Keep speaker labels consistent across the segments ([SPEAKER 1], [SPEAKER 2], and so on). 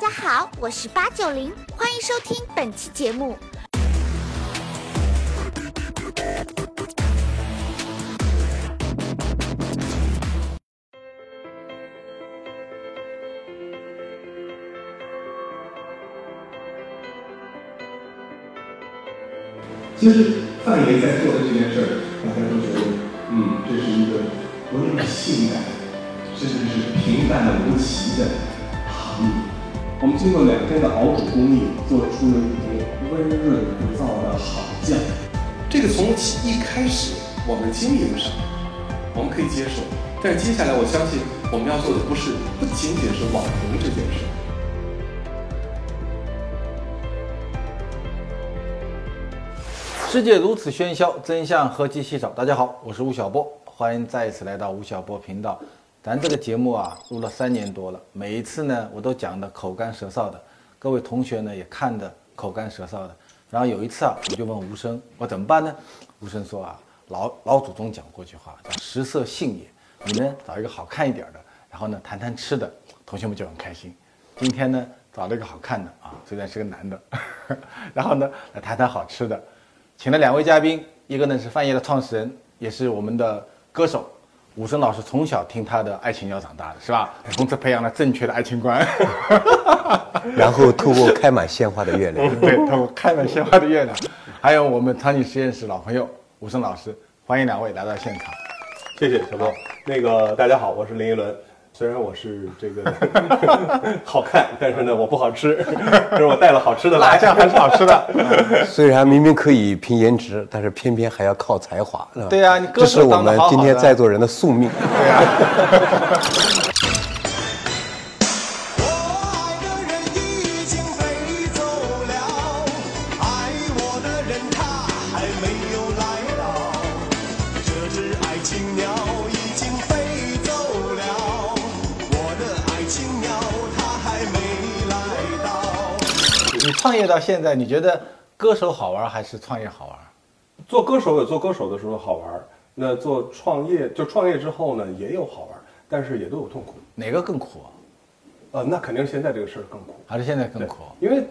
[SPEAKER 1] 家好，我是八九零，欢迎收听本期节目。
[SPEAKER 2] 其实范爷在做的这件事儿，大家都觉得，嗯，这是一个多么性感，甚至是平淡的无奇的，嗯，
[SPEAKER 3] 我们经过两天的熬煮工艺，做出了一碟温润不燥的好酱。
[SPEAKER 4] 这个从一开始我们经历了什么，我们可以接受，但是接下来我相信我们要做的不是不仅仅是网红这件事。
[SPEAKER 5] 世界如此喧嚣，真相何其稀少。大家好，我是吴晓波，欢迎再一次来到吴晓波频道。咱这个节目啊，录了三年多了，每一次呢，我都讲的口干舌燥的，各位同学呢也看的口干舌燥的。然后有一次啊，我就问吴声，我怎么办呢？吴声说啊，老老祖宗讲过一句话，叫食色性也。你呢，找一个好看一点的，然后呢，谈谈吃的，同学们就很开心。今天呢，找了一个好看的啊，虽然是个男的， 然后呢，来谈谈好吃的。请了两位嘉宾，一个呢是范爷的创始人，也是我们的歌手。武生老师从小听他的《爱情要长大》的是吧？从此培养了正确的爱情观。
[SPEAKER 6] 然后透过开满鲜花的月亮，
[SPEAKER 7] 嗯
[SPEAKER 5] 对，他们开满鲜花的月亮。还有我们场景实验室老朋友武生老师，欢迎两位来到现场。
[SPEAKER 7] 谢谢小波。那个大家好，我是林依轮。虽然我是这个 好看，但是呢，我不好吃， 这是我带了好吃的
[SPEAKER 5] 辣
[SPEAKER 7] 来。
[SPEAKER 5] 酱还是好吃的。
[SPEAKER 6] 虽然明明可以凭颜值，但是偏偏还要靠才华。是吧
[SPEAKER 5] 对呀你歌
[SPEAKER 6] 这是
[SPEAKER 5] 手
[SPEAKER 6] 我
[SPEAKER 5] 当得
[SPEAKER 6] 们
[SPEAKER 5] 好好
[SPEAKER 6] 今天
[SPEAKER 5] 的
[SPEAKER 6] 在座人的宿命。
[SPEAKER 5] 你创业到现在，你觉得歌手好玩还是创业好玩？
[SPEAKER 7] 做歌手有做歌手的时候好玩儿，那做创业就创业之后呢，也有好玩儿，但是也都有痛苦。
[SPEAKER 5] 哪个更苦？啊
[SPEAKER 7] 呃，那肯定是现在这个事儿更苦。
[SPEAKER 5] 还是现在更
[SPEAKER 7] 对
[SPEAKER 5] 苦？啊
[SPEAKER 7] 因为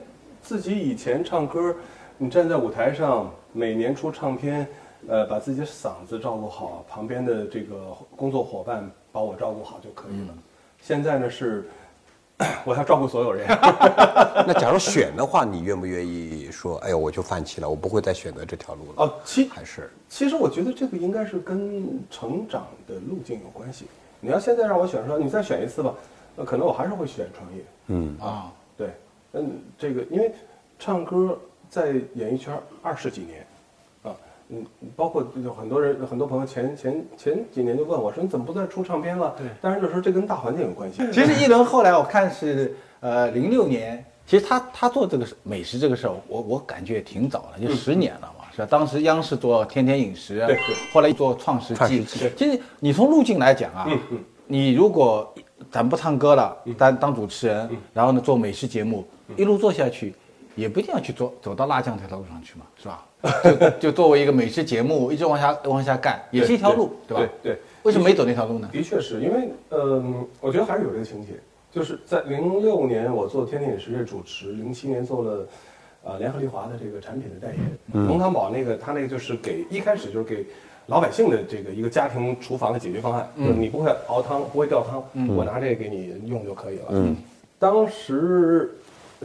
[SPEAKER 7] 自己以前唱歌，你站在舞台上，每年出唱片，呃，把自己的嗓子照顾好，旁边的这个工作伙伴把我照顾好就可以了。现在呢是， 我要照顾所有人。
[SPEAKER 6] 那假如选的话，你愿不愿意说，哎呦，我就放弃了，我不会再选择这条路了？
[SPEAKER 7] 哦，其
[SPEAKER 6] 还是
[SPEAKER 7] 其实我觉得这个应该是跟成长的路径有关系。你要现在让我选说，你再选一次吧，那可能我还是会选创业。
[SPEAKER 5] 啊，
[SPEAKER 7] 对，嗯，这个因为唱歌在演艺圈二十几年，啊，嗯，包括有很多人，很多朋友前前前几年就问我说你怎么不再出唱片了？对，当然就是说这跟大环境有关系。
[SPEAKER 5] 其实一轮后来我看是呃零六年，其实他他做这个美食这个事儿，我我感觉也挺早了，就十年了嘛，是吧？当时央视做《天天饮食》，
[SPEAKER 7] 对对
[SPEAKER 5] 后来做《创世
[SPEAKER 6] 创
[SPEAKER 5] 纪
[SPEAKER 6] 世》。
[SPEAKER 5] 其实你从路径来讲啊，你如果咱不唱歌了，当当主持人，然后呢做美食节目，一路做下去。也不一定要去做走到辣酱这条路上去嘛，是吧？就就作为一个美食节目， 一直往下往下干，也是一条路，对
[SPEAKER 7] 对
[SPEAKER 5] 吧？
[SPEAKER 7] 对对
[SPEAKER 5] 为什么没走那条路呢？
[SPEAKER 7] 的确是因为，嗯，我觉得还是有这个情节，就是在零六年我做《天天饮食》的主持，零七年做了，呃，联合利华的这个产品的代言，浓汤宝那个他那个就是给一开始就是给老百姓的这个一个家庭厨房的解决方案，就是你不会熬汤，不会吊汤，我拿这个给你用就可以了。嗯，当时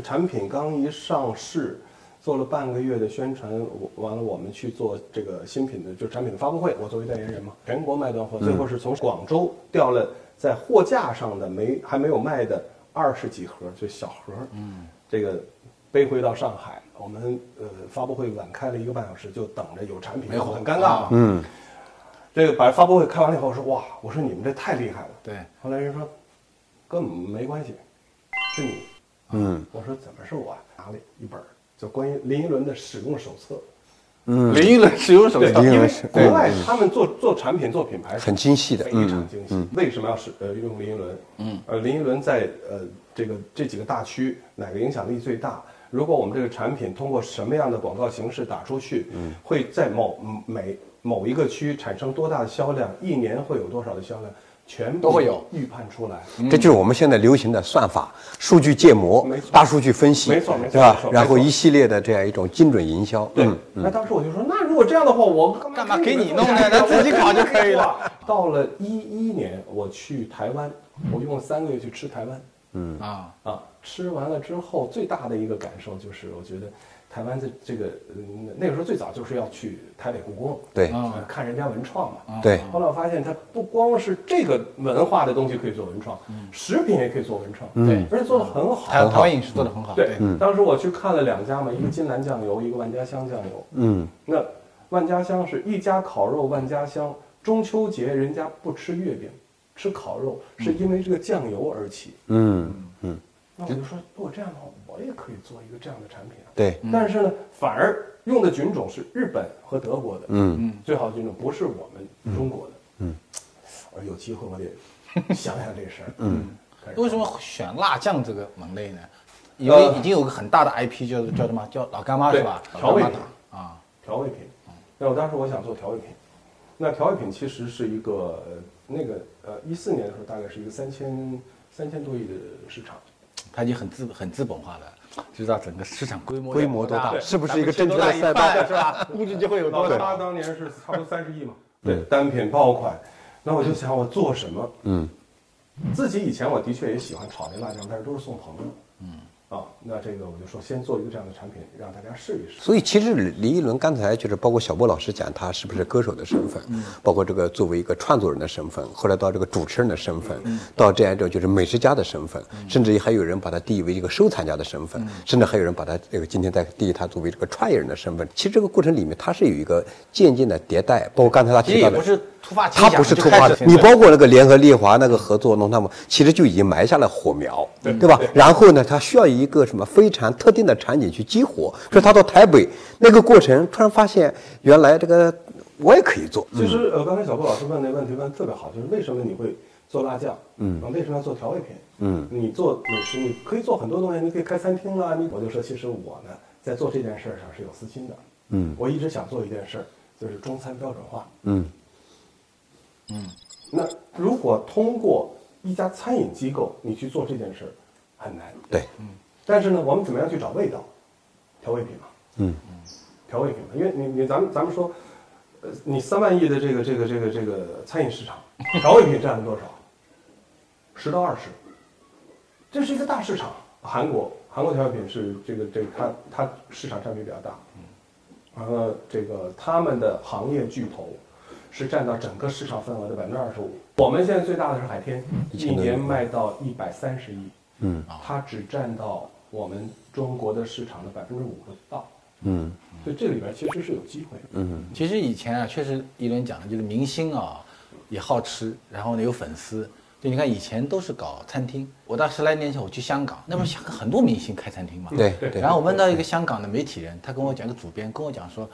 [SPEAKER 7] 产品刚一上市。做了半个月的宣传，我完了我们去做这个新品的，就是产品的发布会。我作为代言人嘛，全国卖断货，最后是从广州调了在货架上的没还没有卖的二十几盒，就小盒，嗯，这个背回到上海。我们呃发布会晚开了一个半小时，就等着有产品，
[SPEAKER 5] 没货
[SPEAKER 7] 很尴尬嘛。嗯，这个把发布会开完了以后，我说哇，我说你们这太厉害了。
[SPEAKER 5] 对
[SPEAKER 7] 后来人说跟我们没关系，是你。嗯，我说怎么是我啊？拿了一本儿就关于林依轮的使用手册。
[SPEAKER 5] 嗯林依轮使用手册，
[SPEAKER 6] 林依
[SPEAKER 7] 因为
[SPEAKER 6] 轮是
[SPEAKER 7] 国外他们做做产品、做品牌是
[SPEAKER 6] 很精细的
[SPEAKER 7] 非
[SPEAKER 6] 嗯
[SPEAKER 7] 常精细。为什么要使呃用林依轮？嗯，呃，林依轮在呃这个这几个大区哪个影响力最大？如果我们这个产品通过什么样的广告形式打出去，嗯，会在某每某一个区产生多大的销量，一年会有多少的销量，全部
[SPEAKER 5] 都会有
[SPEAKER 7] 预判出来。
[SPEAKER 6] 这就是我们现在流行的算法、数据建模
[SPEAKER 7] 没错、
[SPEAKER 6] 大数据分析，
[SPEAKER 7] 没错没错
[SPEAKER 6] 对吧
[SPEAKER 7] 没？错
[SPEAKER 6] 然后
[SPEAKER 7] 没错
[SPEAKER 6] 一系列的这样一种精准营销，
[SPEAKER 7] 对
[SPEAKER 6] 嗯，
[SPEAKER 7] 那当时我就说，那如果这样的话，我干嘛
[SPEAKER 5] 干嘛给你
[SPEAKER 7] 们
[SPEAKER 5] 弄呢
[SPEAKER 7] 做
[SPEAKER 5] 咱自己搞就可以了。
[SPEAKER 7] 到了一一年，我去台湾，我用了三个月去吃台湾
[SPEAKER 5] 啊，
[SPEAKER 7] 啊，吃完了之后，最大的一个感受就是，我觉得台湾的这个，嗯，那个时候最早就是要去台北故宫，
[SPEAKER 6] 对
[SPEAKER 5] 啊
[SPEAKER 7] 呃看人家文创嘛。
[SPEAKER 6] 对，
[SPEAKER 7] 后来我发现，它不光是这个文化的东西可以做文创，
[SPEAKER 5] 嗯
[SPEAKER 7] 食品也可以做文
[SPEAKER 6] 嗯
[SPEAKER 7] 创，
[SPEAKER 5] 对
[SPEAKER 7] 而且做得很好。嗯
[SPEAKER 5] 台台湾饮食做的很好，
[SPEAKER 7] 对，当时我去看了两家嘛，一个金兰酱油，一个万家香酱油。
[SPEAKER 6] 嗯，
[SPEAKER 7] 那万家香是一家烤肉万家香，中秋节人家不吃月饼，吃烤肉是因为这个酱油而起。
[SPEAKER 6] 嗯，
[SPEAKER 7] 那我就说，如果这样的话，我也可以做一个这样的产品啊。
[SPEAKER 6] 对，
[SPEAKER 7] 但是呢，反而用的菌种是日本和德国的，嗯，最好的菌种不是我们中国的，嗯。而有机会我 得想想这事儿，嗯。
[SPEAKER 5] 为什么会选辣酱这个门类呢？
[SPEAKER 6] 呃
[SPEAKER 5] 因为已经有个很大的 IP 叫叫什么叫老干妈
[SPEAKER 7] 对
[SPEAKER 5] 是吧？
[SPEAKER 7] 调味
[SPEAKER 5] 老干妈塔啊，
[SPEAKER 7] 调味品。那我当时我想做调味品，那调味品其实是一个呃那个呃一四年的时候大概是一个三千三千多亿的市场，
[SPEAKER 5] 它已经很资很资本化了，就知道整个市场规模
[SPEAKER 6] 规模多大
[SPEAKER 5] 对
[SPEAKER 6] 是不是一个
[SPEAKER 5] 咱们
[SPEAKER 6] 正确的
[SPEAKER 5] 吃
[SPEAKER 6] 赛
[SPEAKER 5] 多
[SPEAKER 6] 道
[SPEAKER 5] 大一半是吧？估计就会有
[SPEAKER 7] 老
[SPEAKER 5] 多
[SPEAKER 7] 干
[SPEAKER 5] 大
[SPEAKER 7] 妈当年是差不多三十亿嘛，对，单品爆款。那我就想我做什么？
[SPEAKER 6] 嗯，
[SPEAKER 7] 自己以前我的确也喜欢炒那辣酱，但是都是送朋友。嗯，啊，那这个我就说先做一个这样的产品，让大家试一试。
[SPEAKER 6] 所以其实李一伦刚才就是包括小波老师讲他是不是歌手的身份，
[SPEAKER 5] 嗯
[SPEAKER 6] 包括这个作为一个创作人的身份，后来到这个主持人的身份，
[SPEAKER 5] 嗯
[SPEAKER 6] 到这样一种就是美食家的身份，甚至还有人把他定义为一个收藏家的身
[SPEAKER 5] 嗯
[SPEAKER 6] 份，甚至还有人把他这个今天在定义他作为这个创业人的身份。其实这个过程里面，他是有一个渐渐的迭代，包括刚才他
[SPEAKER 5] 其实
[SPEAKER 6] 提到
[SPEAKER 5] 也
[SPEAKER 6] 的
[SPEAKER 5] 不。是突发奇
[SPEAKER 6] 他
[SPEAKER 5] 想，
[SPEAKER 6] 不是
[SPEAKER 5] 就
[SPEAKER 6] 突
[SPEAKER 5] 开
[SPEAKER 6] 发
[SPEAKER 5] 始
[SPEAKER 6] 的，
[SPEAKER 5] 现在
[SPEAKER 6] 你包括那个联合利华那个合作弄他们，其实就已经埋下了火苗，对吧？然后呢，他需要一个什么非常特定的场景去激活，所以他到台北那个过程，突然发现原来这个我也可以做，嗯
[SPEAKER 7] 其实呃，刚才小郭老师问那问题问的特别好，就是为什么你会做辣酱？嗯，为什么要做调味品？嗯，你做美食，你可以做很多东西，你可以开餐厅啊。你我就说，其实我呢，在做这件事儿上是有私心的。嗯，我一直想做一件事儿，就是中餐标准化。
[SPEAKER 6] 嗯
[SPEAKER 7] 那如果通过一家餐饮机构你去做这件事儿，很难。
[SPEAKER 6] 对，
[SPEAKER 7] 但是呢，我们怎么样去找味道？调味品嘛，
[SPEAKER 6] 嗯，
[SPEAKER 7] 调味品嘛，因为你你咱们咱们说，呃，你三万亿的这个这个这个这个餐饮市场，调味品占了多少？十到二十，这是一个大市场。韩国韩国调味品是这个这个它它市场占比比较大，然后这个他们的行业巨头是占到整个市场份额的百分之二十五。我们现在最大的是海天，一年卖到一百三十亿，
[SPEAKER 6] 嗯，
[SPEAKER 7] 它只占到我们中国的市场的百分之五不到，
[SPEAKER 6] 嗯
[SPEAKER 7] 所以这里边其实是有机会的。
[SPEAKER 6] 嗯，
[SPEAKER 5] 其实以前啊，确实一轮讲的就是明星啊，也好吃，然后呢有粉丝。就你看以前都是搞餐厅，我到十来年前我去香港，那不是香港很多明星开餐厅嘛？
[SPEAKER 6] 嗯对对
[SPEAKER 5] 然后我问到一个香港的媒体人，他跟我讲，一个主编跟我讲说，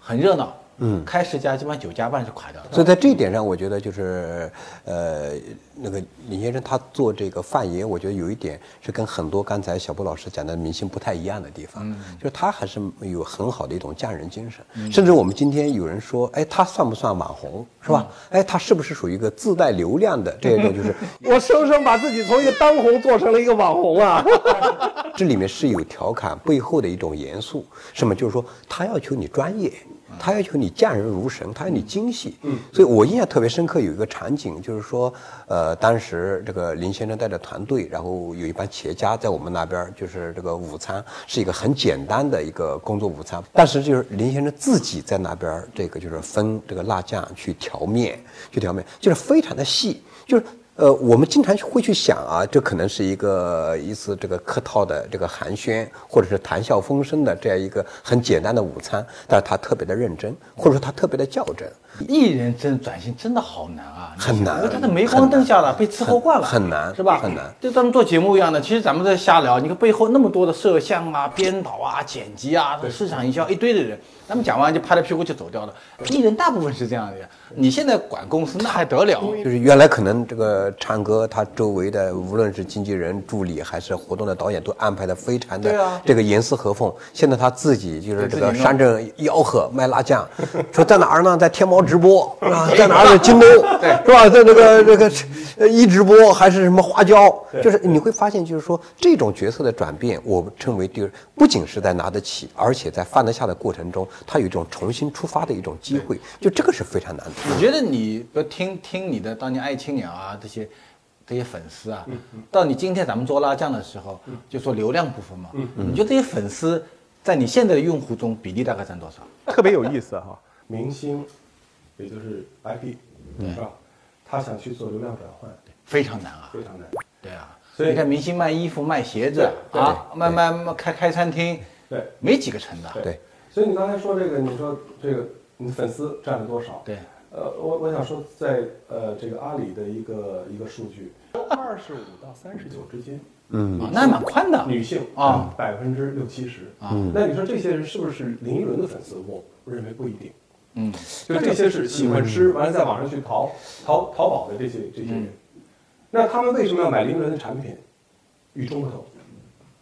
[SPEAKER 5] 很热闹，嗯，开十家基本上九家半是垮掉的。
[SPEAKER 6] 所以在这一点上，我觉得就是，呃，那个李先生他做这个范爷，我觉得有一点是跟很多刚才小布老师讲的明星不太一样的地方，就是他还是有很好的一种匠人精神。甚至我们今天有人说，哎，他算不算网红，是吧？哎，他是不是属于一个自带流量的这种，就是
[SPEAKER 3] 我生生把自己从一个当红做成了一个网红啊！
[SPEAKER 6] 这里面是有调侃背后的一种严肃，什么就是说他要求你专业，他要求你匠人如神，他要你精细。嗯，所以我印象特别深刻有一个场景，就是说，呃，当时这个林先生带着团队，然后有一帮企业家在我们那边儿，就是这个午餐是一个很简单的一个工作午餐，但是就是林先生自己在那边儿这个就是分这个辣酱去调面，去调面，就是非常的细，就是。呃，我们经常会去想啊，这可能是一个一次这个客套的这个寒暄，或者是谈笑风生的这样一个很简单的午餐，但是他特别的认真，或者说他特别的较真，
[SPEAKER 5] 艺人真转型真的好难啊，你想
[SPEAKER 6] 很难
[SPEAKER 5] 因为他的镁光灯下了，被伺候惯了，
[SPEAKER 6] 很很难
[SPEAKER 5] 是吧？
[SPEAKER 6] 很难，
[SPEAKER 5] 就咱们做节目一样的。其实咱们在瞎聊，你看背后那么多的摄像啊、编导啊、剪辑啊、市场营销一堆的人，咱们讲完就拍着屁股就走
[SPEAKER 6] 嗯
[SPEAKER 5] 掉了。艺人大部分是这样的呀，你现在管公司那还得了？
[SPEAKER 6] 就是原来可能这个个唱歌，他周围的无论是经纪人、助理还是活动的导演，都安排的非常
[SPEAKER 5] 对
[SPEAKER 6] 的
[SPEAKER 5] 啊
[SPEAKER 6] 这个严丝合缝。现在他自己就
[SPEAKER 5] 对
[SPEAKER 6] 是这
[SPEAKER 5] 自
[SPEAKER 6] 个
[SPEAKER 5] 己弄
[SPEAKER 6] 山正吆喝卖辣酱，说在哪儿呢？在天猫直播 啊，在哪儿？在京东，对，是吧？在这个这个呃一直播还是什么花椒，就是你会发现，就是说这种角色的转变，我们称为就是不仅是在拿得起，而且在放得下的过程中，他有一种重新出发的一种机会，就这个是非常难得。
[SPEAKER 5] 你觉得你不听听你的当年爱青鸟啊这些这些粉丝啊，到你今天咱们做辣酱的时候，就说流量部分嘛，你觉得这些粉丝在你现在的用户中比例大概占多少？
[SPEAKER 7] 特别有意思啊哈、明星，也就是 IP，是吧？他想去做流量转换，
[SPEAKER 5] 非常难啊，
[SPEAKER 7] 非常难。
[SPEAKER 5] 对啊，
[SPEAKER 7] 所以
[SPEAKER 5] 你看明星卖衣服、卖鞋子
[SPEAKER 7] 对
[SPEAKER 5] 啊，卖卖卖开开餐厅，
[SPEAKER 7] 对
[SPEAKER 5] 没几个成的，
[SPEAKER 6] 对，
[SPEAKER 7] 所以你刚才说这个，你说这个你粉丝占了多少？
[SPEAKER 5] 对，
[SPEAKER 7] 呃，我我想说在呃这个阿里的一个一个数据，二十五到三十九之间，
[SPEAKER 6] 嗯
[SPEAKER 5] 啊，那还蛮宽的，
[SPEAKER 7] 女性
[SPEAKER 5] 啊，
[SPEAKER 7] 百分之六七十
[SPEAKER 5] 啊
[SPEAKER 7] 那你说这些人是不是林依轮的粉丝？我认为不一定。
[SPEAKER 5] 嗯，
[SPEAKER 7] 就这些是喜欢吃，完了在网上去淘淘淘宝的这些这些
[SPEAKER 5] 嗯
[SPEAKER 7] 人，那他们为什么要买林依轮的产品？与众不同。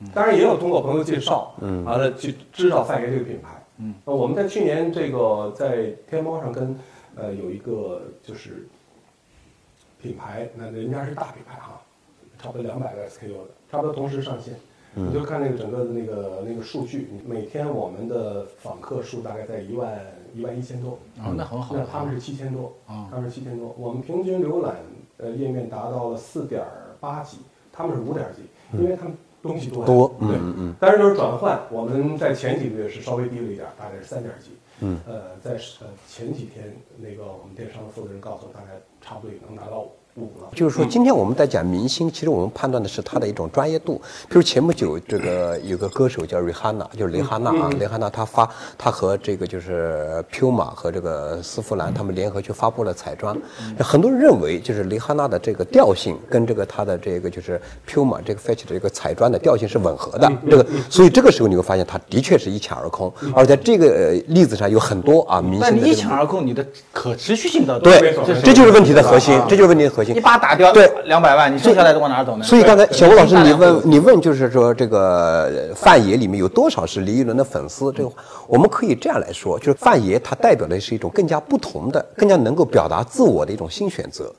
[SPEAKER 7] 嗯当然也有通过朋友介绍，嗯，完了去知道赛格这个品牌，嗯，那我们在去年这个在天猫上跟呃有一个就是品牌，那人家是大品牌哈，差不多两百个 SKU 的，差不多同时上线。你就看那个整个的那个那个数据，每天我们的访客数大概在一万一万一千多，
[SPEAKER 5] 哦，那很好
[SPEAKER 7] 那他
[SPEAKER 5] 啊
[SPEAKER 7] 们，是七千多
[SPEAKER 5] 啊，
[SPEAKER 7] 他们是七千多。我们平均浏览呃页面达到了四点八几，他们是五点几，因为他们东西多嗯
[SPEAKER 6] 多
[SPEAKER 7] 呀对。但是就是转换，我们在前几个月是稍微低了一点，大概是三点几。嗯，呃，在呃前几天那个我们电商的负责人告诉我，大概差不多也能达到五了。
[SPEAKER 6] 就
[SPEAKER 5] 嗯
[SPEAKER 6] 是说，今天我们在讲明星，其实我们判断的是他的一种专业度。比如前不久，这个有个歌手叫瑞哈娜，
[SPEAKER 5] 嗯
[SPEAKER 6] 就是蕾哈娜啊，蕾哈娜她发，她和这个就是 Puma 和这个丝芙兰他们联合去发布了彩妆。
[SPEAKER 5] 嗯
[SPEAKER 6] 很多人认为，就是蕾哈娜的这个调性跟这个她的这个就是 Puma 这个 Fetch 的这个彩妆的调性是吻合的。
[SPEAKER 5] 嗯
[SPEAKER 6] 这个，所以这个时候你会发现，它的确是一抢而空。而在这个呃例子上有很多啊，明星的
[SPEAKER 5] 但你
[SPEAKER 6] 这
[SPEAKER 5] 一
[SPEAKER 6] 个
[SPEAKER 5] 抢而空，你的可持续性到底
[SPEAKER 6] 对，这就是问题的核
[SPEAKER 5] 啊
[SPEAKER 6] 心，这就是问题的核心
[SPEAKER 5] 一。把打掉
[SPEAKER 6] 对
[SPEAKER 5] 两百万，你剩下来都往哪儿走呢？
[SPEAKER 6] 所以刚才小吴老师，
[SPEAKER 5] 大
[SPEAKER 6] 你
[SPEAKER 5] 量
[SPEAKER 6] 问你问就是说这个呃范爷里面有多少是李一伦的粉丝？这个我们可以这样来说，就是范爷他代表的是一种更加不同的、更加能够表达自我的一种新选择，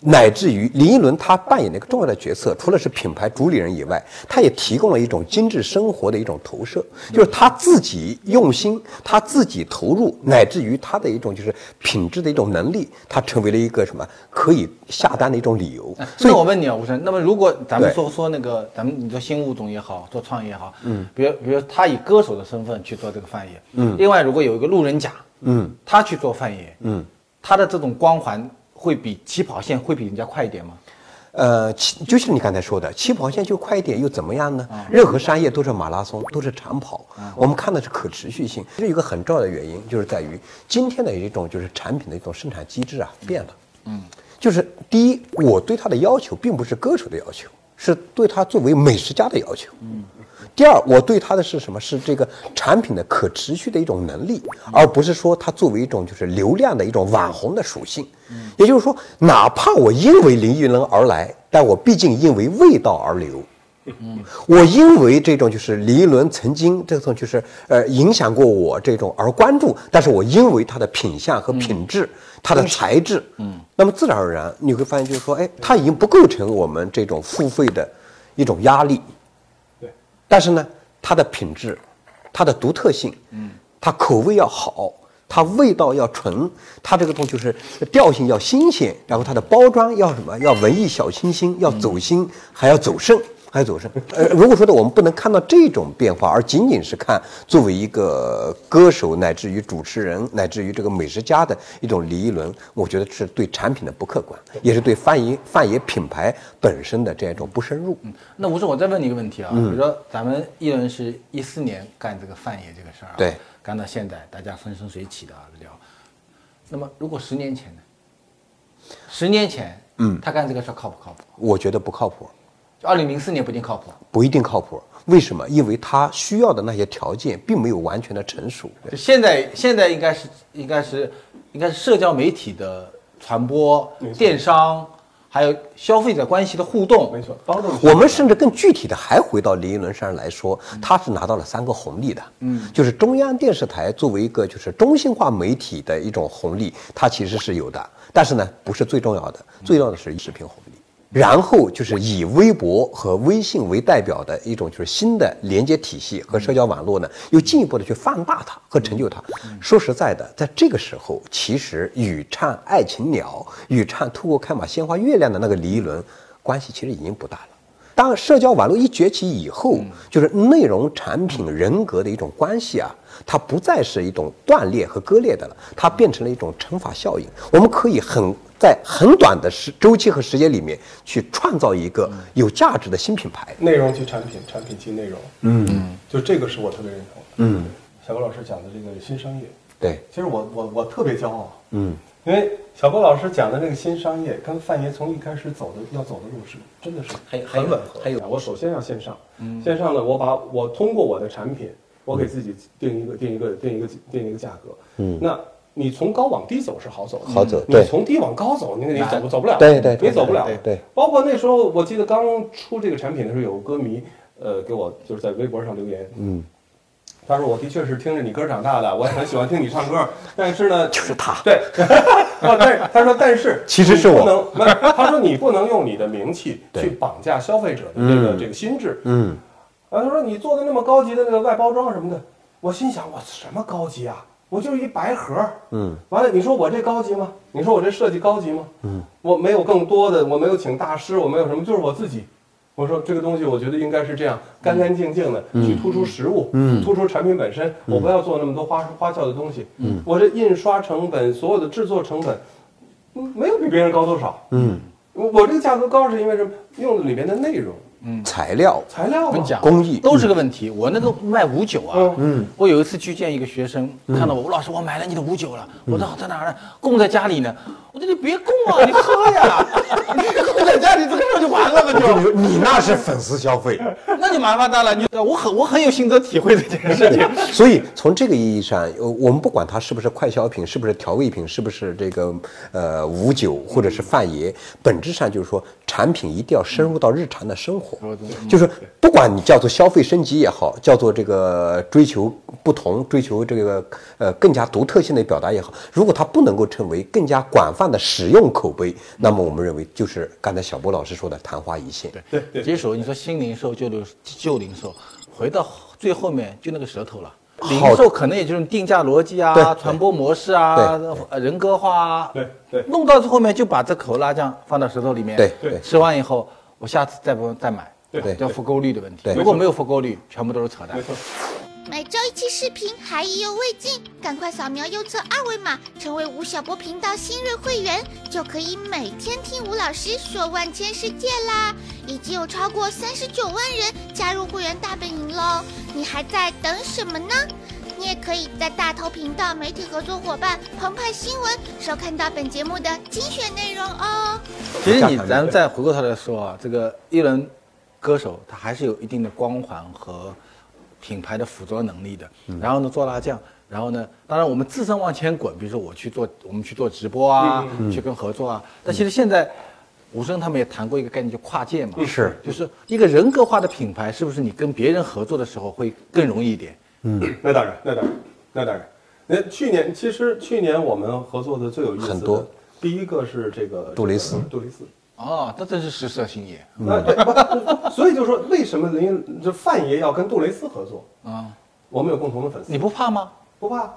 [SPEAKER 6] 乃至于林依轮他扮演的一个重要的角色，除了是品牌主理人以外，他也提供了一种精致生活的一种投射，就是他自己用心，他自己投入，乃至于他的一种就是品质的一种能力，他成为了一个什么可以下单的一种 理由。所以
[SPEAKER 5] 那我问你啊，吴晨，那么如果咱们
[SPEAKER 6] 对
[SPEAKER 5] 说说那个，咱们你做新物种也好，做创业也好，嗯，比如比如他以歌手的身份去做这个范爷，嗯，另外如果有一个路人甲，嗯，他去做范爷，嗯，他的这种光环会比起跑线会比人家快一点吗？
[SPEAKER 6] 呃，起就像你刚才说的，起跑线就快一点又怎么样呢？任何商业都是马拉松，都是长跑。我们看的是可持续性，这有一个很重要的原因，就是在于今天的一种就是产品的一种生产机制啊变了。嗯，就是第一，我对它的要求并不是歌手的要求，是对它作为美食家的要求。嗯。第二，我对它的是什么？是这个产品的可持续的一种能力，而不是说它作为一种就是流量的一种网红的属性。也就是说，哪怕我因为林依轮而来，但我毕竟因为味道而流。我因为这种就是林依轮曾经这种就是呃影响过我这种而关注，但是我因为它的品相和品质，它的材质，嗯，那么自然而然你会发现就是说，哎，它已经不构成我们这种付费的一种压力，
[SPEAKER 7] 对，
[SPEAKER 6] 但是呢，它的品质，它的独特性，嗯，它口味要好，它味道要纯，它这个东西就是调性要新鲜，然后它的包装要什么？要文艺小清新，要走心，还要走肾。还要走肾。呃，如果说的我们不能看到这种变化，而仅仅是看作为一个歌手，乃至于主持人，乃至于这个美食家的一种李一轮，我觉得是对产品的不客观，也是对范爷范爷品牌本身的这样一种不深入。
[SPEAKER 5] 那吴总，我再问你一个问题啊，比如说咱们艺人是一四年干这个范爷这个事儿、啊，
[SPEAKER 6] 对，
[SPEAKER 5] 干到现在，大家风生水起的啊聊。那么如果十年前呢？十年前，嗯，他干这个事儿靠不靠谱？
[SPEAKER 6] 我觉得不靠谱。
[SPEAKER 5] 就二零零四年不一定靠谱，
[SPEAKER 6] 不一定靠谱。为什么？因为他需要的那些条件并没有完全的成熟。
[SPEAKER 5] 就现在现在应该是应该是应该是社交媒体的传播、电商，还有消费者关系的互动，
[SPEAKER 7] 没错，包装
[SPEAKER 6] 我们甚至更具体的还回到林依轮身上来说，他是拿到了三个红利的，嗯，就是中央电视台作为一个就是中心化媒体的一种红利，它其实是有的，但是呢不是最重要的，最重要的是视频红利。然后就是以微博和微信为代表的一种就是新的连接体系和社交网络呢，又进一步的去放大它和成就它。说实在的，在这个时候，其实与唱《爱情鸟》与唱《透过开满鲜花月亮》的那个李一伦关系其实已经不大了。当社交网络一崛起以后，就是内容、产品、人格的一种关系啊，它不再是一种断裂和割裂的了，它变成了一种乘法效应。我们可以很在很短的时周期和时间里面去创造一个有价值的新品牌。
[SPEAKER 7] 内容即产品，产品即内容，嗯，就这个是我特别认同的。嗯，小郭老师讲的这个新商业，
[SPEAKER 6] 对，
[SPEAKER 7] 其实我我我特别骄傲，
[SPEAKER 6] 嗯，
[SPEAKER 7] 因为小郭老师讲的这个新商业跟范爷从一开始走的要走的路是真的是
[SPEAKER 5] 还有还
[SPEAKER 7] 很
[SPEAKER 5] 有
[SPEAKER 7] 吻合。嗯
[SPEAKER 5] 还有
[SPEAKER 7] 我首先要线上，线上呢，我把我通过我的产品，我给自己定一个定一个定一个定一个价格。嗯，那你从高往低走是好走的，嗯
[SPEAKER 6] 好走
[SPEAKER 7] 你
[SPEAKER 6] 对
[SPEAKER 7] 从低往高走，你你走不走不了，
[SPEAKER 6] 对对对
[SPEAKER 7] 你走不了
[SPEAKER 6] 对，对对
[SPEAKER 7] 包括那时候，我记得刚出这个产品的时候，有个歌迷，呃，给我就是在微博上留言，嗯，他说我的确是听着你歌长大的，我也很喜欢听你唱歌，但是呢，
[SPEAKER 6] 就是它。
[SPEAKER 7] 对， 哦，但是他说，但是
[SPEAKER 6] 其实是
[SPEAKER 7] 你不
[SPEAKER 6] 我
[SPEAKER 7] 能，没有他说你不能用你的名气
[SPEAKER 6] 对
[SPEAKER 7] 去绑架消费者的这个这个心智，
[SPEAKER 6] 嗯，
[SPEAKER 7] 啊，他说你做的那么高级的那个外包装什么的，我心想我什么高级啊？我就是一白盒，嗯，完了，你说我这高级吗？你说我这设计高级吗？嗯，我没有更多的，我没有请大师，我没有什么，就是我自己。我说这个东西，我觉得应该是这样，干干净净的、
[SPEAKER 6] 嗯
[SPEAKER 7] 去突出实物，突出产品本身。我不要做那么多花花俏的东西。
[SPEAKER 6] 嗯
[SPEAKER 7] 我这印刷成本、所有的制作成本，嗯没有比别人高多少。嗯，我这个价格高是因为什么？用的里面的内容、
[SPEAKER 6] 材料
[SPEAKER 7] 材料
[SPEAKER 5] 我
[SPEAKER 7] 嘛
[SPEAKER 5] 跟你。讲，
[SPEAKER 6] 公益
[SPEAKER 5] 都是个问题。我那个卖五九啊，嗯，我有一次去见一个学生，
[SPEAKER 6] 嗯
[SPEAKER 5] 看到我，吴老师，我买了你的五九了。我说在哪儿呢？供在家里呢。我说你别供啊，你喝 呀，你供在家里这个事儿就完了嘛，就
[SPEAKER 6] 你那是粉丝消费。
[SPEAKER 5] 那就麻烦大了。你我很我很有心得体会这件事情。
[SPEAKER 6] 所以从这个意义上，呃，我们不管它是不是快消品，是不是调味品，是不是这个呃五九或者是范爷，本质上就是说，产品一定要深入到日常的生活，就是不管你叫做消费升级也好，叫做这个追求不同、追求这个呃更加独特性的表达也好，如果它不能够成为更加广泛的使用口碑，那么我们认为就是刚才小波老师说的昙花一现。对，
[SPEAKER 5] 接手，你说新零售、旧零旧零售，回到最后面就那个舌头了。零售可能也就是定价逻辑
[SPEAKER 6] 对
[SPEAKER 5] 啊、
[SPEAKER 6] 对
[SPEAKER 5] 传播模式啊
[SPEAKER 6] 对、
[SPEAKER 5] 呃人格化啊，
[SPEAKER 7] 对对
[SPEAKER 5] 弄到最后面就把这口辣酱放到舌头里面，
[SPEAKER 6] 对对
[SPEAKER 5] 吃完以后我下次再不再买，
[SPEAKER 6] 对
[SPEAKER 5] 叫复购率的问题
[SPEAKER 6] 对。
[SPEAKER 5] 如果没有复购率，全部都是扯淡。
[SPEAKER 1] 每周一期视频还意犹未尽，赶快扫描右侧二维码，成为吴晓波频道新锐会员，就可以每天听吴老师说万千世界啦！已经有超过三十九万人加入会员大本营喽，你还在等什么呢？你也可以在大头频道媒体合作伙伴澎湃新闻收看到本节目的精选内容哦。
[SPEAKER 5] 其实你咱们再回过头来说啊，这个艺人歌手他还是有一定的光环和品牌的捕捉能力的。然后呢，做辣酱，然后呢，当然我们自身往前滚，比如说我去做，我们去做直播啊，去跟合作啊。但其实现在。吴声他们也谈过一个概念，就跨界嘛，
[SPEAKER 6] 是，
[SPEAKER 5] 就是一个人格化的品牌，是不是你跟别人合作的时候会更容易一点？
[SPEAKER 7] 那当然，那当然，那当然。那去年其实去年我们合作的最有意思的
[SPEAKER 6] 很多，
[SPEAKER 7] 第一个是这个
[SPEAKER 6] 杜蕾斯嗯
[SPEAKER 7] 这个杜蕾斯。
[SPEAKER 5] 哦，那真是食色性也
[SPEAKER 7] 那对不所以就说为什么林这范爷要跟杜蕾斯合作？
[SPEAKER 5] 啊！
[SPEAKER 7] 我们有共同的粉丝
[SPEAKER 5] 你，不怕吗？
[SPEAKER 7] 不怕？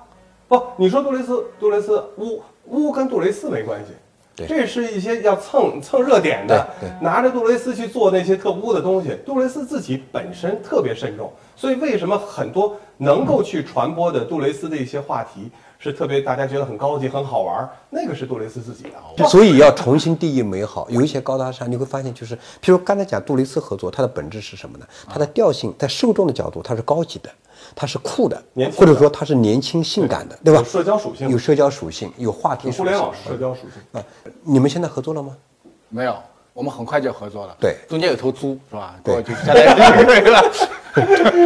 [SPEAKER 7] 不，你说杜蕾斯，杜蕾斯乌乌跟杜蕾斯没关系。
[SPEAKER 6] 对
[SPEAKER 7] 这是一些要蹭蹭热点的
[SPEAKER 6] 对对，
[SPEAKER 7] 拿着杜蕾斯去做那些特污的东西。杜蕾斯自己本身特别慎重，所以为什么很多能够去传播的杜蕾斯的一些话题是特别大家觉得很高级、很好玩儿，那个是杜蕾斯自己的。
[SPEAKER 6] 所以要重新定义美好。有一些高大上，你会发现，就是譬如刚才讲杜蕾斯合作，它的本质是什么呢？
[SPEAKER 7] 啊
[SPEAKER 6] 它的调性，在受众的角度，它是高级的，它是酷的
[SPEAKER 7] 年，轻
[SPEAKER 6] 或
[SPEAKER 7] 的
[SPEAKER 6] 者说它是年轻性感的，对吧
[SPEAKER 7] 有？社交属性
[SPEAKER 6] 有社交属性，有话题属
[SPEAKER 7] 互
[SPEAKER 6] 性
[SPEAKER 7] 联网社交属性，
[SPEAKER 6] 啊。你们现在合作了吗？
[SPEAKER 5] 没有，我们很快就合作了。
[SPEAKER 6] 对
[SPEAKER 5] 中间有头猪是吧？
[SPEAKER 6] 对
[SPEAKER 5] 我就下来对了。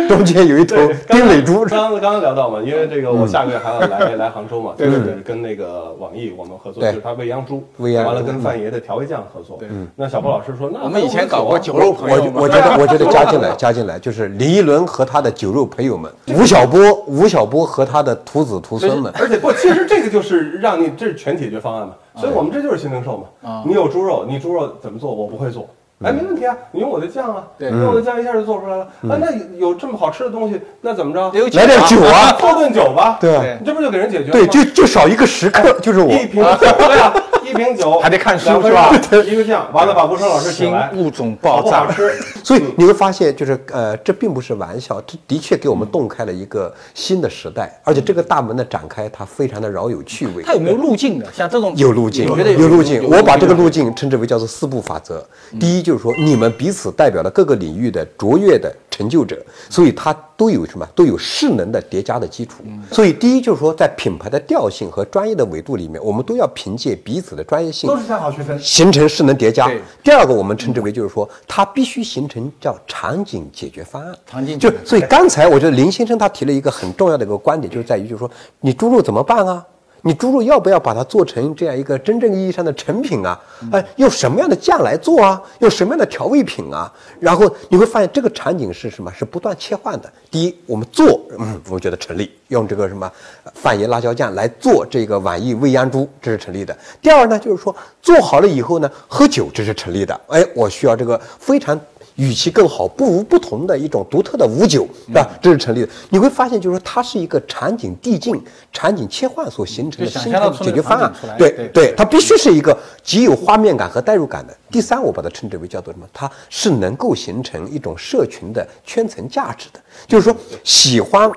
[SPEAKER 6] 中间有一 头
[SPEAKER 7] 刚
[SPEAKER 6] 哦丁磊珠，
[SPEAKER 7] 刚刚刚聊到嘛，因为这个我下个月还 要来来杭州嘛，
[SPEAKER 6] 对对
[SPEAKER 7] 就是跟那个网易我们合作，
[SPEAKER 6] 对
[SPEAKER 7] 就是他喂羊猪，
[SPEAKER 6] 喂羊猪
[SPEAKER 7] 完了跟范爷的调味酱合作。对，
[SPEAKER 6] 嗯
[SPEAKER 7] 那小波老师说，那
[SPEAKER 5] 我们以前搞
[SPEAKER 7] 我
[SPEAKER 5] 过
[SPEAKER 7] 们
[SPEAKER 5] 酒肉
[SPEAKER 6] 我
[SPEAKER 5] 朋友嘛
[SPEAKER 6] 我觉得我觉得加进来加进来就是林依轮和他的酒肉朋友们，吴晓波吴晓波和他的徒子徒孙们，
[SPEAKER 7] 而且不，其实这个就是让你这是全解决方案嘛，
[SPEAKER 5] 啊
[SPEAKER 7] 所以我们这就是新零售嘛。你有猪肉，你猪肉怎么做？我不会做。
[SPEAKER 6] 嗯
[SPEAKER 7] 哎，没问题啊，你用我的酱啊，
[SPEAKER 5] 对
[SPEAKER 7] 用我的酱一下就做出来了。啊，那有这么好吃的东西，那怎么着？
[SPEAKER 5] 有
[SPEAKER 6] 来点嗯酒 啊，
[SPEAKER 7] 做顿酒吧，
[SPEAKER 6] 对啊
[SPEAKER 5] 对
[SPEAKER 7] 你这不就给人解决了
[SPEAKER 6] 对，
[SPEAKER 7] 吗？
[SPEAKER 6] 就就少一个食客，就是我
[SPEAKER 7] 一瓶酒，对呀，一瓶酒
[SPEAKER 5] 还得看书
[SPEAKER 7] 两份
[SPEAKER 5] 是吧
[SPEAKER 7] 肉一个酱，完了哦把吴声老师
[SPEAKER 5] 新
[SPEAKER 7] 请来，
[SPEAKER 5] 物种
[SPEAKER 7] 好
[SPEAKER 5] 爆
[SPEAKER 7] 不
[SPEAKER 5] 炸
[SPEAKER 7] 好，吃？
[SPEAKER 6] 所以你会发现，就是呃，这并不是玩笑，这的确给我
[SPEAKER 5] 嗯
[SPEAKER 6] 们洞开了一个新的时代，而且这个大门的展开，它非常的饶有趣味。
[SPEAKER 5] 它有没有路径的？像这种
[SPEAKER 6] 有路径，
[SPEAKER 5] 我觉得
[SPEAKER 6] 有路径。我把这个路
[SPEAKER 5] 径
[SPEAKER 6] 径称之为叫做四步法则。第一就是说，你们彼此代表了各个领域的卓越的成就者，所以它都有什么？都有势能的叠加的基础。所以第一就是说，在品牌的调性和专业的维度里面，我们都要凭借彼此的专业性
[SPEAKER 7] 都是向好学生。
[SPEAKER 6] 形成势能叠加
[SPEAKER 5] 对。
[SPEAKER 6] 第二个，我们称之为就是说，它必须形成叫场景解决方案。
[SPEAKER 5] 场景解
[SPEAKER 6] 就
[SPEAKER 5] 决
[SPEAKER 6] 所以刚才我觉得林先生他提了一个很重要的一个观点，就是在于就是说，你猪肉怎么办啊？你猪肉要不要把它做成这样一个真正意义上的成品啊？哎，用什么样的酱来做啊？用什么样的调味品啊？然后你会发现这个场景是什么？是不断切换的。第一，我们做，嗯，我觉得成立，用这个什么呃范爷辣椒酱来做这个皖意未央猪，这是成立的。第二呢，就是说做好了以后呢，喝酒这是成立的。哎，我需要这个非常与其更好、不如不同的一种独特的五酒，
[SPEAKER 5] 嗯
[SPEAKER 6] 是吧？这是成立的。你会发现，就是说它是一个场景递进、场景切换所形成的
[SPEAKER 5] 就想
[SPEAKER 6] 新
[SPEAKER 5] 象
[SPEAKER 6] 的
[SPEAKER 5] 到从
[SPEAKER 6] 解
[SPEAKER 5] 那
[SPEAKER 6] 决
[SPEAKER 5] 个
[SPEAKER 6] 方
[SPEAKER 5] 场
[SPEAKER 6] 案
[SPEAKER 5] 景出来。
[SPEAKER 6] 对
[SPEAKER 5] 对
[SPEAKER 6] 对，它必须是一个极有画面感和代入感的。第三，我把它称之为叫做什么？它是能够形成一种社群的圈层价值的，就是说喜欢。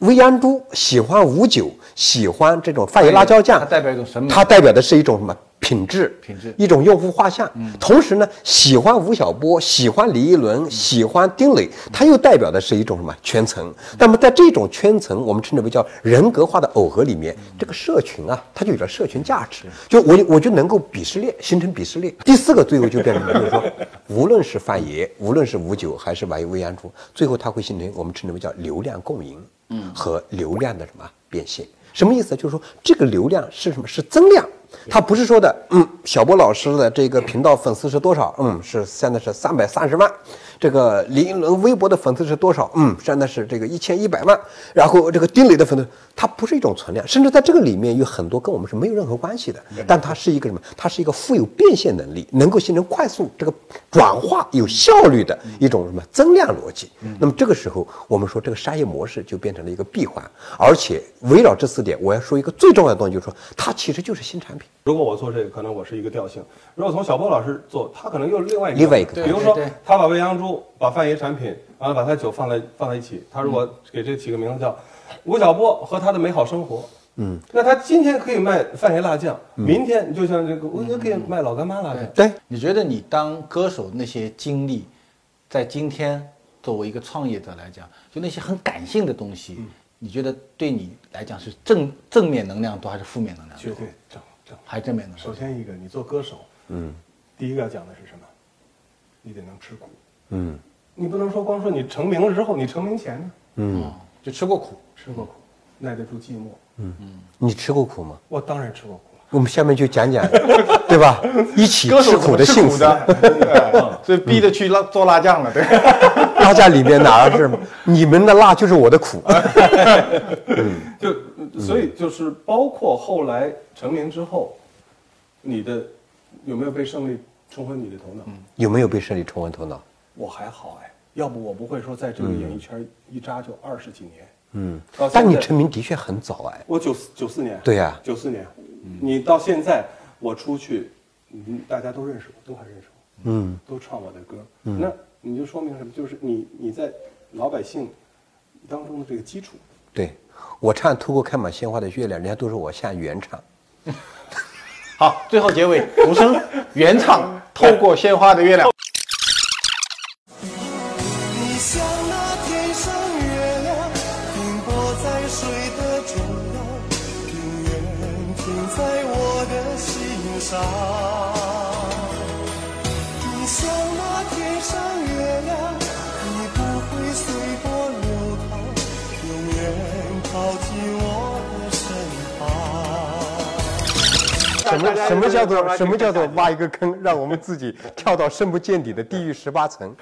[SPEAKER 6] 未央猪喜欢五酒，喜欢这种泛爷辣椒酱，
[SPEAKER 5] 它代表一种审美
[SPEAKER 6] 它代表的是一种什么品质？
[SPEAKER 5] 品质嗯
[SPEAKER 6] 一种用户画像。同时呢，喜欢吴晓波，喜欢李一轮，喜欢丁磊，他又代表的是一种什么圈层？
[SPEAKER 5] 嗯
[SPEAKER 6] 那么在这种圈层，我们称之为叫人格化的耦合里面，
[SPEAKER 5] 嗯
[SPEAKER 6] 这个社群啊，它就有了社群价值。就我我就能够鄙视链形成鄙视链。第四个最后就变成了就是说， 无论是范爷，无论是吴九还是玩未央猪，最后它会形成我们称之为叫流量共赢，嗯，和流量的什么变现。什么意思呢？就是说这个流量是什么？是增量，它不是说的，嗯，小波老师的这个频道粉丝是多少？嗯，是现在是三百三十万。这个林依轮微博的粉丝是多少？嗯，现在是这个一千一百万。然后这个丁磊的粉丝，它不是一种存量，甚至在这个里面有很多跟我们是没有任何关系的，但它是一个什么？它是一个富有变现能力，能够形成快速这个转化、有效率的一种什么增量逻辑。那么这个时候，我们说这个商业模式就变成了一个闭环，而且围绕这四点，我要说一个最重要的东西，就是说它其实就是新产品。
[SPEAKER 7] 如果我做这个，可能我是一个调性；如果从小波老师做，他可能又另外一个
[SPEAKER 6] 另外一个
[SPEAKER 7] 比如
[SPEAKER 5] 对
[SPEAKER 7] 说
[SPEAKER 5] 对对
[SPEAKER 7] 他把未央猪、把范爷产品，完了把他酒放在放在一起，他如果给这起个名字叫吴晓波和他的美好生活。嗯，那他今天可以卖范爷辣酱，明天就像这个，我也可以卖老干妈辣酱。
[SPEAKER 6] 对，
[SPEAKER 5] 你觉得你当歌手那些经历，在今天作为一个创业者来讲，就那些很感性的东西，
[SPEAKER 6] 嗯
[SPEAKER 5] 你觉得对你来讲是正正面能量多还是负面能量
[SPEAKER 7] 绝
[SPEAKER 5] 多？
[SPEAKER 7] 对正正。
[SPEAKER 5] 还是正面能量
[SPEAKER 7] 首
[SPEAKER 5] 多？
[SPEAKER 7] 先一个，你做歌手，嗯，第一个要讲的是什么？你得能吃苦，
[SPEAKER 6] 嗯
[SPEAKER 7] 你不能说光说你成名了之后，你成名前呢，
[SPEAKER 6] 嗯，
[SPEAKER 5] 嗯，就吃过苦，
[SPEAKER 7] 吃过苦，耐得住寂寞。
[SPEAKER 6] 你吃过苦吗？
[SPEAKER 7] 我当然吃过苦了。
[SPEAKER 6] 我们下面就讲讲，对吧？一起吃苦的幸福。
[SPEAKER 5] 的，啊所以逼着去辣做辣酱了，对。
[SPEAKER 6] 大家里面哪是你们的辣就是我的苦？
[SPEAKER 7] 就所以就是包括后来成名之后，你的有没有被胜利冲昏你的头脑？
[SPEAKER 6] 有没有被胜利冲昏头脑？
[SPEAKER 7] 我还好哎，要不我不会说在这个演艺圈一扎就二十几
[SPEAKER 6] 嗯
[SPEAKER 7] 年。哦到现在
[SPEAKER 6] 但你成名的确很早哎。
[SPEAKER 7] 我九四九四年，
[SPEAKER 6] 对呀
[SPEAKER 7] 九四年，你到现在我出去，嗯大家都认识我，都还认识我，
[SPEAKER 6] 嗯，
[SPEAKER 7] 都唱我的歌，那你就说明什么？就是你你在老百姓当中的这个基础，
[SPEAKER 6] 对，我唱《透过开满鲜花的月亮》，人家都说我像原唱。
[SPEAKER 5] 好，最后结尾，独声原唱 《透过鲜花的月亮》。
[SPEAKER 8] 你像那天上月亮，停泊在水的中央，永远停在我的心上。你像那天上月亮，你不会随
[SPEAKER 6] 什么什么叫做什么叫做挖一个坑，让我们自己跳到深不见底的地狱十八层？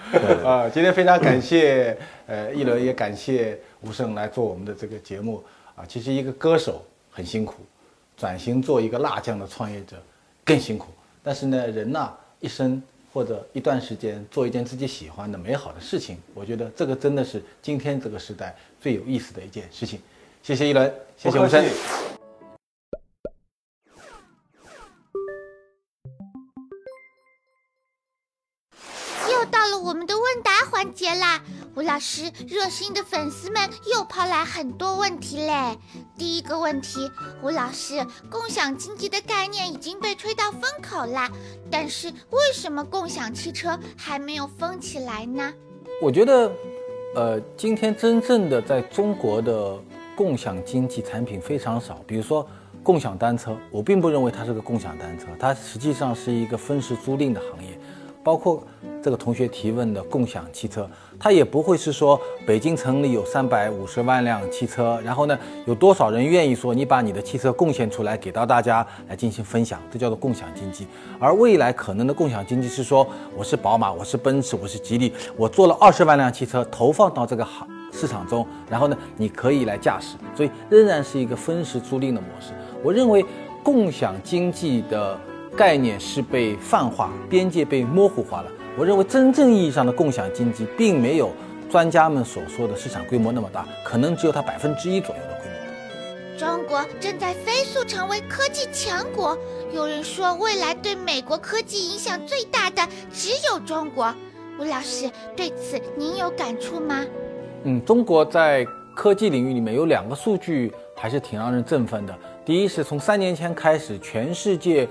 [SPEAKER 5] 啊，今天非常感谢呃一轮，也感谢吴胜来做我们的这个节目啊。其实一个歌手很辛苦，转型做一个辣酱的创业者更辛苦。但是呢，人呐、一生或者一段时间做一件自己喜欢的美好的事情，我觉得这个真的是今天这个时代最有意思的一件事情。谢谢一轮，谢谢吴胜。
[SPEAKER 1] 又到了我们的问答环节啦！吴老师，热心的粉丝们又抛来很多问题嘞。第一个问题，吴老师，共享经济的概念已经被吹到风口啦，但是为什么共享汽车还没有风起来呢？
[SPEAKER 5] 我觉得，呃，今天真正的在中国的共享经济产品非常少。比如说共享单车，我并不认为它是个共享单车，它实际上是一个分时租赁的行业。包括这个同学提问的共享汽车，它也不会是说北京城里有三百五十万辆汽车，然后呢，有多少人愿意说你把你的汽车贡献出来给到大家来进行分享，这叫做共享经济。而未来可能的共享经济是说，我是宝马，我是奔驰，我是吉利，我做了二十万辆汽车投放到这个行市场中，然后呢，你可以来驾驶，所以仍然是一个分时租赁的模式。我认为共享经济的概念是被泛化，边界被模糊化了。我认为真正意义上的共享经济，并没有专家们所说的市场规模那么大，可能只有它百分之一左右的规模。
[SPEAKER 1] 中国正在飞速成为科技强国。有人说，未来对美国科技影响最大的只有中国。吴老师对此您有感触吗？
[SPEAKER 5] 嗯，中国在科技领域里面有两个数据还是挺让人振奋的。第一是从三年前开始，全世界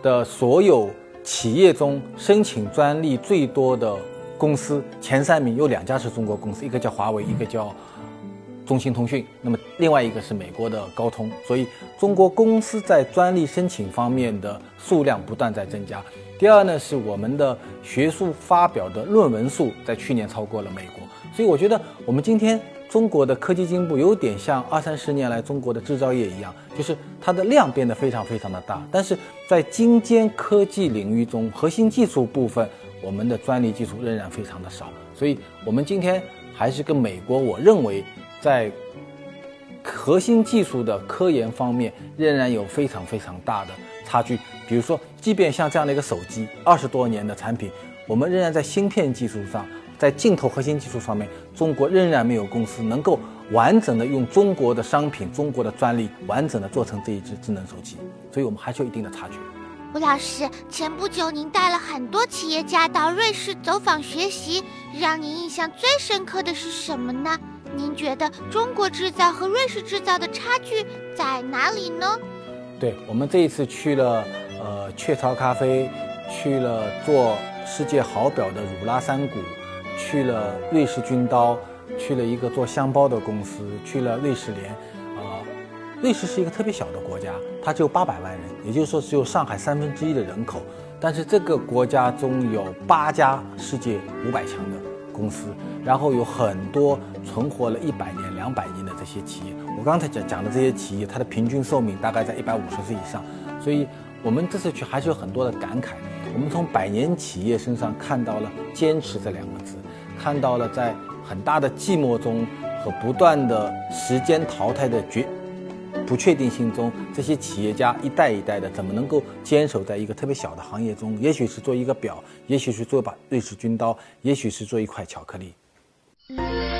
[SPEAKER 5] 的所有企业中申请专利最多的公司前三名有两家是中国公司，一个叫华为，一个叫中兴通讯，那么另外一个是美国的高通，所以中国公司在专利申请方面的数量不断在增加。第二呢，是我们的学术发表的论文数在去年超过了美国，所以我觉得我们今天中国的科技进步有点像二三十年来中国的制造业一样，就是它的量变得非常非常的大，但是在精尖科技领域中，核心技术部分我们的专利技术仍然非常的少，所以我们今天还是跟美国，我认为在核心技术的科研方面仍然有非常非常大的差距。比如说，即便像这样的一个手机，二十多年的产品，我们仍然在芯片技术上，在镜头核心技术上面，中国仍然没有公司能够完整的用中国的商品、中国的专利，完整的做成这一只智能手机。所以我们还是有一定的差距。
[SPEAKER 1] 吴老师，前不久您带了很多企业家到瑞士走访学习，让您印象最深刻的是什么呢？您觉得中国制造和瑞士制造的差距在哪里呢？
[SPEAKER 5] 对我们这一次去了呃雀巢咖啡，去了做世界好表的汝拉山谷，去了瑞士军刀，去了一个做箱包的公司，去了瑞士联。啊、瑞士是一个特别小的国家，它只有八百万人，也就是说只有上海三分之一的人口。但是这个国家中有八家世界五百强的公司，然后有很多存活了一百年、两百年的这些企业。我刚才讲讲的这些企业，它的平均寿命大概在一百五十岁以上，所以我们这次去还是有很多的感慨。我们从百年企业身上看到了“坚持”这两个字，看到了在很大的寂寞中和不断的时间淘汰的决不确定性中，这些企业家一代一代的怎么能够坚守在一个特别小的行业中？也许是做一个表，也许是做把瑞士军刀，也许是做一块巧克力。
[SPEAKER 1] 《